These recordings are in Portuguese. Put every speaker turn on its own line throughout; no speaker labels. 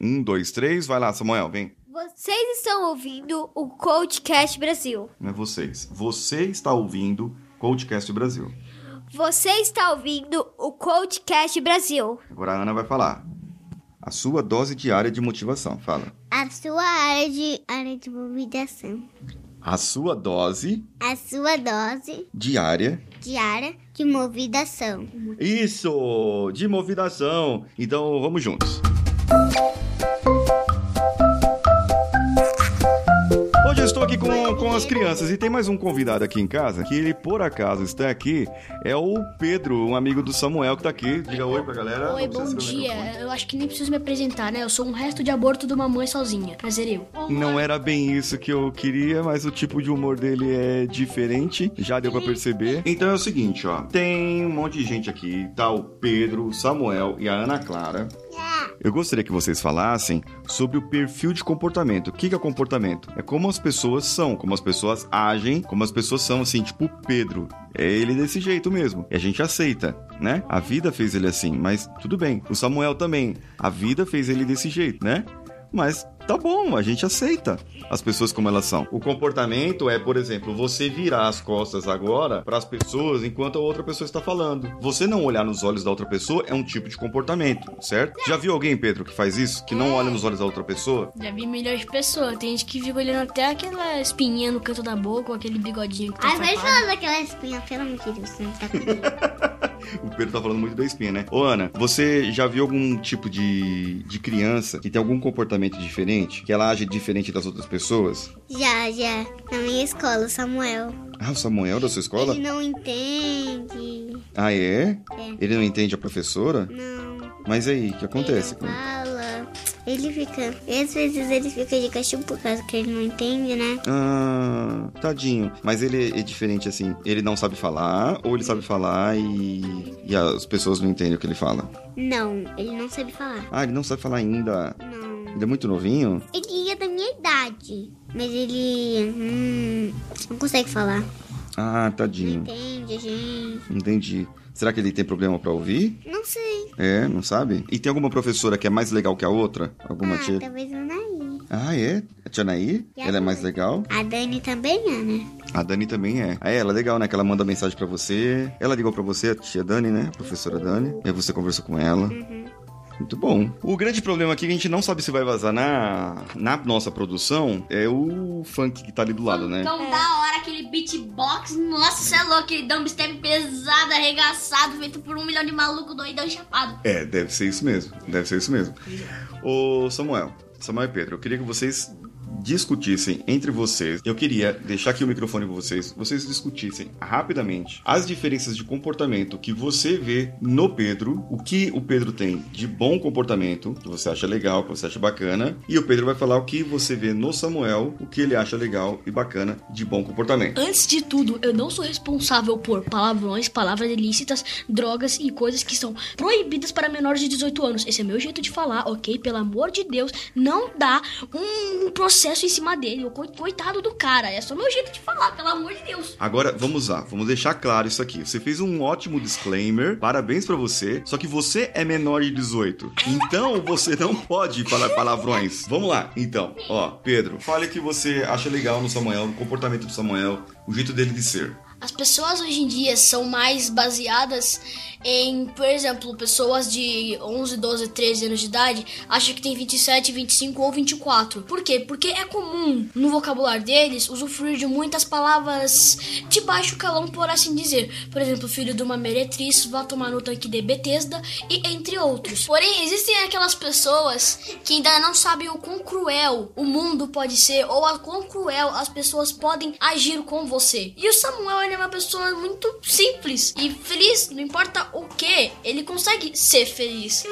Um, dois, três. Vai lá, Samuel, vem.
Vocês estão ouvindo o Coachcast Brasil.
Não é vocês. Você está ouvindo Coachcast Brasil.
Você está ouvindo o Coachcast Brasil.
Agora a Ana vai falar. A sua dose diária de motivação. Fala.
A sua área de área de mobilização.
A sua dose
A sua dose
diária.
diária de movidação.
Isso! De motivação. Então vamos juntos. Hoje eu estou aqui com, com as crianças e tem mais um convidado aqui em casa que ele por acaso está aqui. É o Pedro, um amigo do Samuel que está aqui. Diga oi pra galera.
Oi, é
Não precisa
bom
ser pelo microfone.
dia. Eu acho que nem preciso me apresentar, né? Eu sou um resto de aborto de uma mãe sozinha. Mas era eu.
Não era bem isso que eu queria, mas o tipo de humor dele é diferente, já deu pra perceber. Então é o seguinte, ó, tem um monte de gente aqui, tá o Pedro, o Samuel e a Ana Clara. Eu gostaria que vocês falassem sobre o perfil de comportamento. O que que é o comportamento? É como as pessoas são, como as pessoas agem, como as pessoas são, assim, tipo o Pedro. É ele desse jeito mesmo. E a gente aceita, né? A vida fez ele assim, mas tudo bem. O Samuel também. A vida fez ele desse jeito, né? Mas tá bom, a gente aceita as pessoas como elas são. O comportamento é, por exemplo, você virar as costas agora para as pessoas enquanto a outra pessoa está falando. Você não olhar nos olhos da outra pessoa é um tipo de comportamento, certo? Já viu alguém, Pedro, que faz isso? Que não olha nos olhos da outra pessoa?
Já vi milhões de pessoas. Tem gente que fica olhando até aquela espinha no canto da boca, ou aquele bigodinho que tá
Ai, vai
tapado.
falar daquela espinha, pelo amor de Deus, não tá comigo.
O Pedro tá falando muito da espinha, né? Ô, Ana, você já viu algum tipo de, de criança que tem algum comportamento diferente? Que ela age diferente das outras pessoas?
Já, já. Na minha escola, o Samuel.
Ah, o Samuel da sua escola?
Ele não entende.
Ah, é?
É.
Ele não entende a professora?
Não.
Mas aí, o que acontece?
Ele não fala. Ele fica. E às vezes ele fica de cachorro por causa que ele não entende, né?
Ah, tadinho. Mas ele é diferente assim. Ele não sabe falar, ou ele sabe falar e, e as pessoas não entendem o que ele fala.
Não, ele não sabe falar.
Ah, ele não sabe falar ainda.
Não.
Ele é muito novinho.
Ele é da minha idade. Mas ele. Hum, não consegue falar.
Ah, tadinho.
Entende, gente.
Entendi. Será que ele tem problema pra ouvir?
Não sei.
É, não sabe? E tem alguma professora que é mais legal que a outra? Alguma
ah,
tia?
talvez não daí.
Ah, é? A tia Naí?
E a
Ela é mais
mãe?
legal?
A Dani também é, né?
A Dani também é. Ah, é, ela é legal, né? Que ela manda mensagem pra você. Ela ligou pra você, a tia Dani, né? A professora Dani. Aí você conversou com ela. Muito bom. O grande problema aqui é que a gente não sabe se vai vazar na, na nossa produção é o funk que tá ali do lado, né?
Então da hora aquele beatbox, nossa, cê é louco, aquele dubstep pesado, arregaçado, feito por um milhão de maluco doidão e chapado.
É, deve ser isso mesmo. Deve ser isso mesmo. Ô, Samuel, Samuel e Pedro, eu queria que vocês discutissem entre vocês. Eu queria deixar aqui o microfone para vocês. Vocês discutissem rapidamente as diferenças de comportamento que você vê no Pedro, o que o Pedro tem de bom comportamento, que você acha legal, que você acha bacana, e o Pedro vai falar o que você vê no Samuel, o que ele acha legal e bacana de bom comportamento.
Antes de tudo, eu não sou responsável por palavrões, palavras ilícitas, drogas e coisas que são proibidas para menores de 18 anos. Esse é meu jeito de falar, ok? Pelo amor de Deus, não dá um processo em cima dele. ô, coi- Coitado do cara, é só meu jeito de falar, pelo amor de Deus.
Agora, vamos lá, vamos deixar claro isso aqui. Você fez um ótimo disclaimer, parabéns pra você, só que você é menor de 18. Então, você não pode falar palavrões. Vamos lá, então. Ó, Pedro, fale o que você acha legal no Samuel, no comportamento do Samuel, o jeito dele de ser.
As pessoas hoje em dia são mais baseadas em, por exemplo, pessoas de 11, 12, 13 anos de idade acham que tem 27, 25 ou 24. Por quê? Porque é comum no vocabulário deles usufruir de muitas palavras de baixo calão, por assim dizer. Por exemplo, filho de uma meretriz, vá tomar no tanque de Bethesda e entre outros. Porém, existem aquelas pessoas que ainda não sabem o quão cruel o mundo pode ser ou a quão cruel as pessoas podem agir com você. E o Samuel ele é uma pessoa muito simples e feliz, não importa o que, ele consegue ser feliz.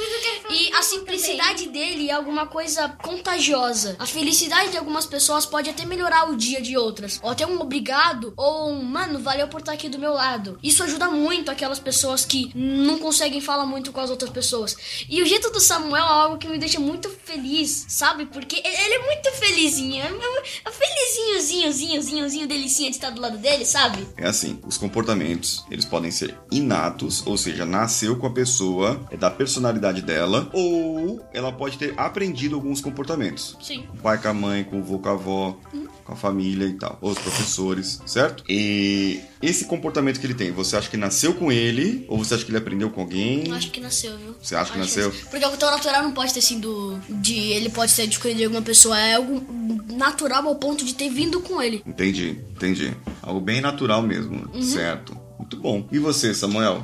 E a simplicidade dele é alguma coisa contagiosa. A felicidade de algumas pessoas pode até melhorar o dia de outras. Ou até um obrigado, ou um mano, valeu por estar aqui do meu lado. Isso ajuda muito aquelas pessoas que não conseguem falar muito com as outras pessoas. E o jeito do Samuel é algo que me deixa muito feliz, sabe? Porque ele ele é muito felizinho. É um- é um felizinhozinho, zinho, zinho, zinho, delicinha de estar do lado dele, sabe?
É assim. Os comportamentos, eles podem ser inatos, ou seja, nasceu com a pessoa, é da personalidade dela, ou ela pode ter aprendido alguns comportamentos.
Sim.
Com o pai, com a mãe, com o vô, com a avó, com a família e tal, os professores, certo? E esse comportamento que ele tem, você acha que nasceu com ele, ou você acha que ele aprendeu com alguém?
Eu acho que nasceu, viu?
Você acha que
Acho
nasceu?
Porque o teu natural não pode ter sido de. Ele pode ser escolhido de alguma pessoa. É algo natural ao ponto de ter vindo com ele.
Entendi, entendi. Algo bem natural mesmo,
Uhum.
certo? Muito bom. E você, Samuel?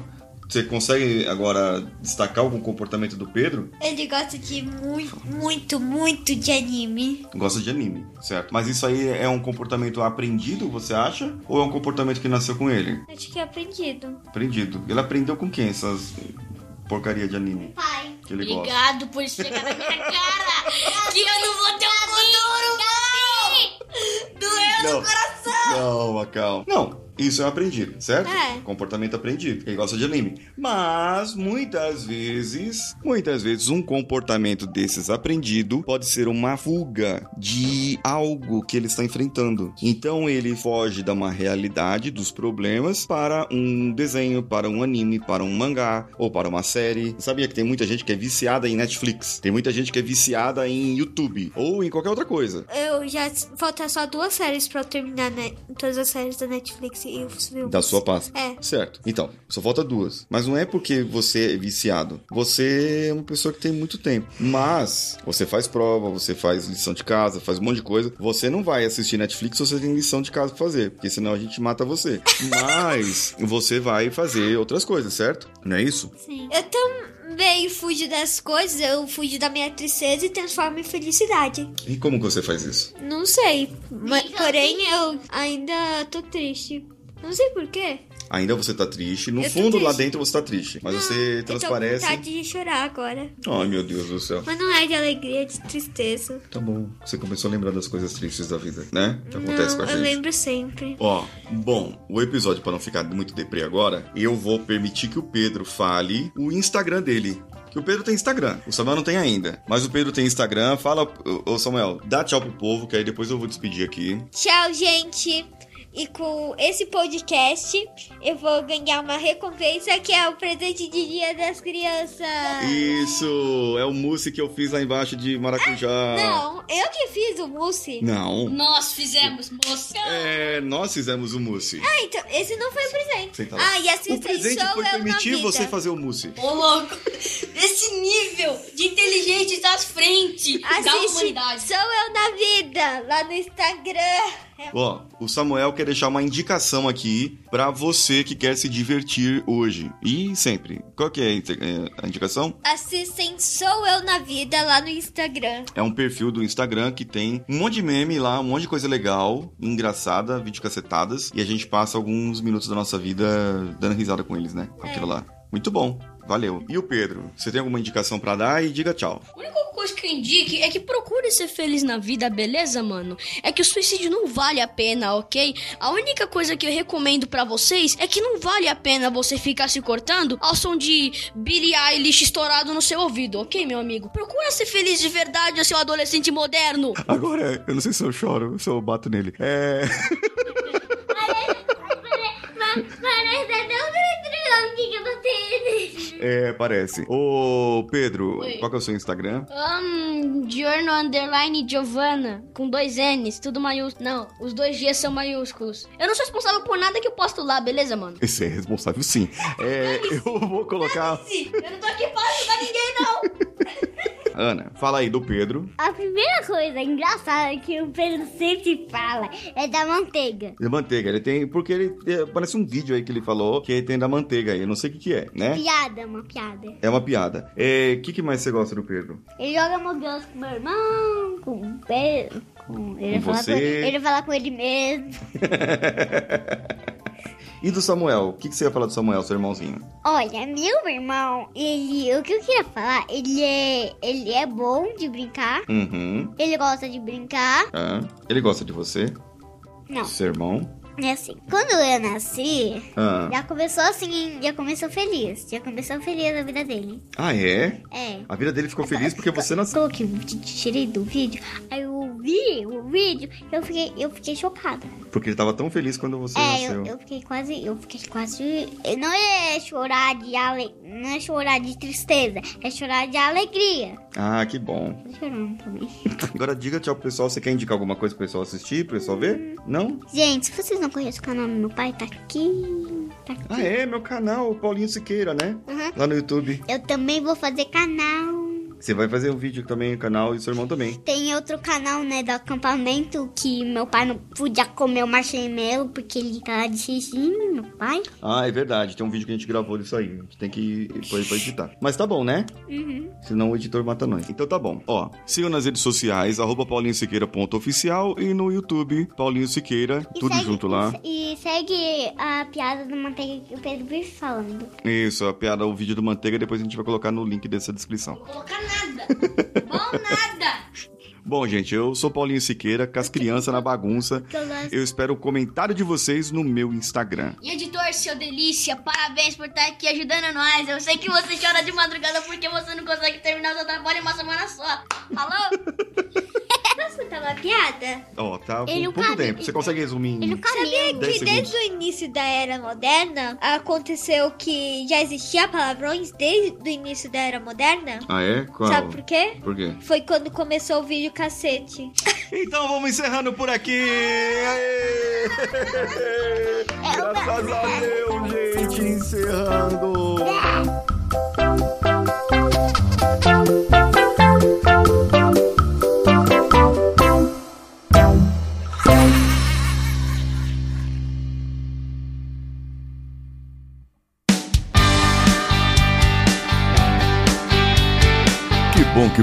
Você consegue agora destacar algum comportamento do Pedro?
Ele gosta de muito, muito, muito de anime.
Gosta de anime, certo? Mas isso aí é um comportamento aprendido, você acha? Ou é um comportamento que nasceu com ele?
Acho que é aprendido.
Aprendido. Ele aprendeu com quem essas porcaria de anime? Pai. Que ele gosta.
Obrigado por chegar na minha cara! que eu não vou ter um futuro, mano! Doeu!
Não. Calma, calma. Não, isso é um aprendido, certo?
É.
Comportamento aprendido. Quem gosta de anime. Mas muitas vezes, muitas vezes um comportamento desses aprendido pode ser uma fuga de algo que ele está enfrentando. Então ele foge da uma realidade dos problemas para um desenho, para um anime, para um mangá ou para uma série. Sabia que tem muita gente que é viciada em Netflix, tem muita gente que é viciada em YouTube ou em qualquer outra coisa.
Eu já. Falta só duas séries pra eu terminar né, todas as séries da Netflix e os filmes.
Da sua pasta.
É.
Certo. Então, só falta duas. Mas não é porque você é viciado. Você é uma pessoa que tem muito tempo. Mas você faz prova, você faz lição de casa, faz um monte de coisa. Você não vai assistir Netflix se você tem lição de casa pra fazer, porque senão a gente mata você. Mas você vai fazer outras coisas, certo? Não é isso?
Sim. Eu também fujo das coisas, eu fujo da minha tristeza e transformo em felicidade.
E como que você faz isso?
Não sei. Mas, porém, eu ainda tô triste. Não sei porquê.
Ainda você tá triste. No
Eu tô
fundo, lá
triste. Ah,
dentro, você tá triste. Mas você transparece.
Eu tô com vontade de chorar agora.
Ai, meu Deus do céu.
Mas não é de alegria, é de tristeza.
Tá bom. Você começou a lembrar das coisas tristes da vida, né? Que acontece
Não,
com a gente.
eu lembro sempre.
Ó, bom, o episódio para não ficar muito deprê agora, eu vou permitir que o Pedro fale o Instagram dele. Que o Pedro tem Instagram, o Samuel não tem ainda. Mas o Pedro tem Instagram, fala, ô ô, Samuel, dá tchau pro povo, que aí depois eu vou despedir aqui.
Tchau, gente. E com esse podcast, eu vou ganhar uma recompensa que é o presente de Dia das Crianças.
Isso, é o mousse que eu fiz lá embaixo de Maracujá.
Não, eu que fiz o mousse.
Não.
Nós fizemos, moça!
É, nós fizemos o mousse.
Ah, então, esse não foi o presente.
Senta tá lá.
ah, e assista
O presente
show
foi
é uma
permitir
vida.
você fazer o mousse.
Ô, louco! Esse nível de inteligência tá à frente da
Assiste
humanidade.
Sou Eu na Vida, lá no Instagram.
Ó, o Samuel quer deixar uma indicação aqui pra você que quer se divertir hoje e sempre. Qual que é a inte- eh, a indicação?
Assistem Assim, Sou Eu na Vida, lá no Instagram.
É um perfil do Instagram que tem um monte de meme lá, um monte de coisa legal, engraçada, vídeo cacetadas e a gente passa alguns minutos da nossa vida dando risada com eles, né? Com aquilo lá. Muito bom. Valeu. E o Pedro, você tem alguma indicação pra dar e diga tchau.
A única coisa que eu indico é que procure ser feliz na vida, beleza, mano? É que o suicídio não vale a pena, ok? A única coisa que eu recomendo pra vocês é que não vale a pena você ficar se cortando ao som de Billie Eilish estourado no seu ouvido, ok, meu amigo? Procura ser feliz de verdade, seu adolescente moderno.
Agora, eu não sei se eu choro, se eu bato nele. É.
Parece até um dragão que eu botei.
É, parece. Ô, Pedro, qual que é o seu Instagram?
Um, Giorno Underline Giovanna, com dois N's, tudo maiúsculo. Não, os dois G's são maiúsculos. Eu não sou responsável por nada que eu posto lá, beleza, mano?
Esse é responsável, sim. É, eu vou colocar.
Eu não tô aqui pra ajudar ninguém, não.
Ana, fala aí do Pedro.
A primeira coisa engraçada que o Pedro sempre fala é da manteiga.
Da manteiga, ele tem. Porque ele. é, parece um vídeo aí que ele falou que ele tem da manteiga aí. Eu não sei o que, que é, né?
Piada, uma piada.
É uma piada. É. O que, que mais você gosta do Pedro?
Ele joga Mogus com meu irmão, com o Pedro. Com... Ele,
Com
fala
você.
com ele, ele fala com ele mesmo.
E do Samuel? O que, que você ia falar do Samuel, seu irmãozinho?
Olha, meu irmão, ele. O que eu queria falar, ele é. Ele é bom de brincar.
Uhum.
Ele gosta de brincar.
Ah, ele gosta de você?
Não.
Seu irmão?
É assim. Quando eu nasci,
Ah,
já começou assim, já começou feliz. Já começou feliz a vida dele.
ah é?
É.
A vida dele ficou feliz porque você nasceu.
Coloquei, um t- t- tirei do vídeo, aí eu ouvi o vídeo, eu fiquei, eu fiquei chocada.
Porque ele tava tão feliz quando você
É,
nasceu.
eu, eu fiquei quase. Eu fiquei quase. Eu não é chorar de ale... Não é chorar de tristeza, é chorar de alegria.
Ah, que bom.
Tô chorando também.
Agora diga tchau pro pessoal. Você quer indicar alguma coisa pro pessoal assistir, pro pessoal ver? Não?
Gente, se vocês não conhecem o canal do meu pai, tá aqui. Tá aqui.
Ah, é, meu canal, o Paulinho Siqueira, né?
Uhum.
Lá no YouTube.
Eu também vou fazer canal.
Você vai fazer um vídeo também no canal e seu irmão também.
Tem outro canal, né, do acampamento que meu pai não podia comer o marshmallow porque ele tá de xixi, meu pai.
Ah, é verdade. Tem um vídeo que a gente gravou disso aí. A gente tem que depois pra editar. Mas tá bom, né?
Uhum.
Senão o editor mata nós. Então tá bom. Ó, sigam nas redes sociais, arroba paulinhosiqueira.oficial e no YouTube, Paulinho Siqueira.
E
tudo
segue-
junto lá.
E segue a piada do manteiga que o Pedro vive falando.
Isso, a piada, o vídeo do Manteiga, depois a gente vai colocar no link dessa descrição.
Vou colocar nada. Bom nada.
Bom, gente, eu sou Paulinho Siqueira, com as crianças na bagunça.
Que eu gosto.
Eu espero o comentário de vocês no meu Instagram.
E editor, seu delícia, parabéns por estar aqui ajudando nós. Eu sei que você chora de madrugada porque você não consegue terminar o seu trabalho em uma semana só. Falou?
Posso contar uma piada?
Ó, tá
Ele
com
não
pouco
cabe-
tempo. Você consegue resumir
Ele
em
não caminha.
Dez
Que
segundos.
desde o início da era moderna, aconteceu que já existia palavrões desde o início da era moderna.
Ah, é? Qual?
Sabe por quê?
Por quê?
Foi quando começou o vídeo cacete.
Então vamos encerrando por aqui! Aê! Graças a Deus, gente, encerrando! Que bom que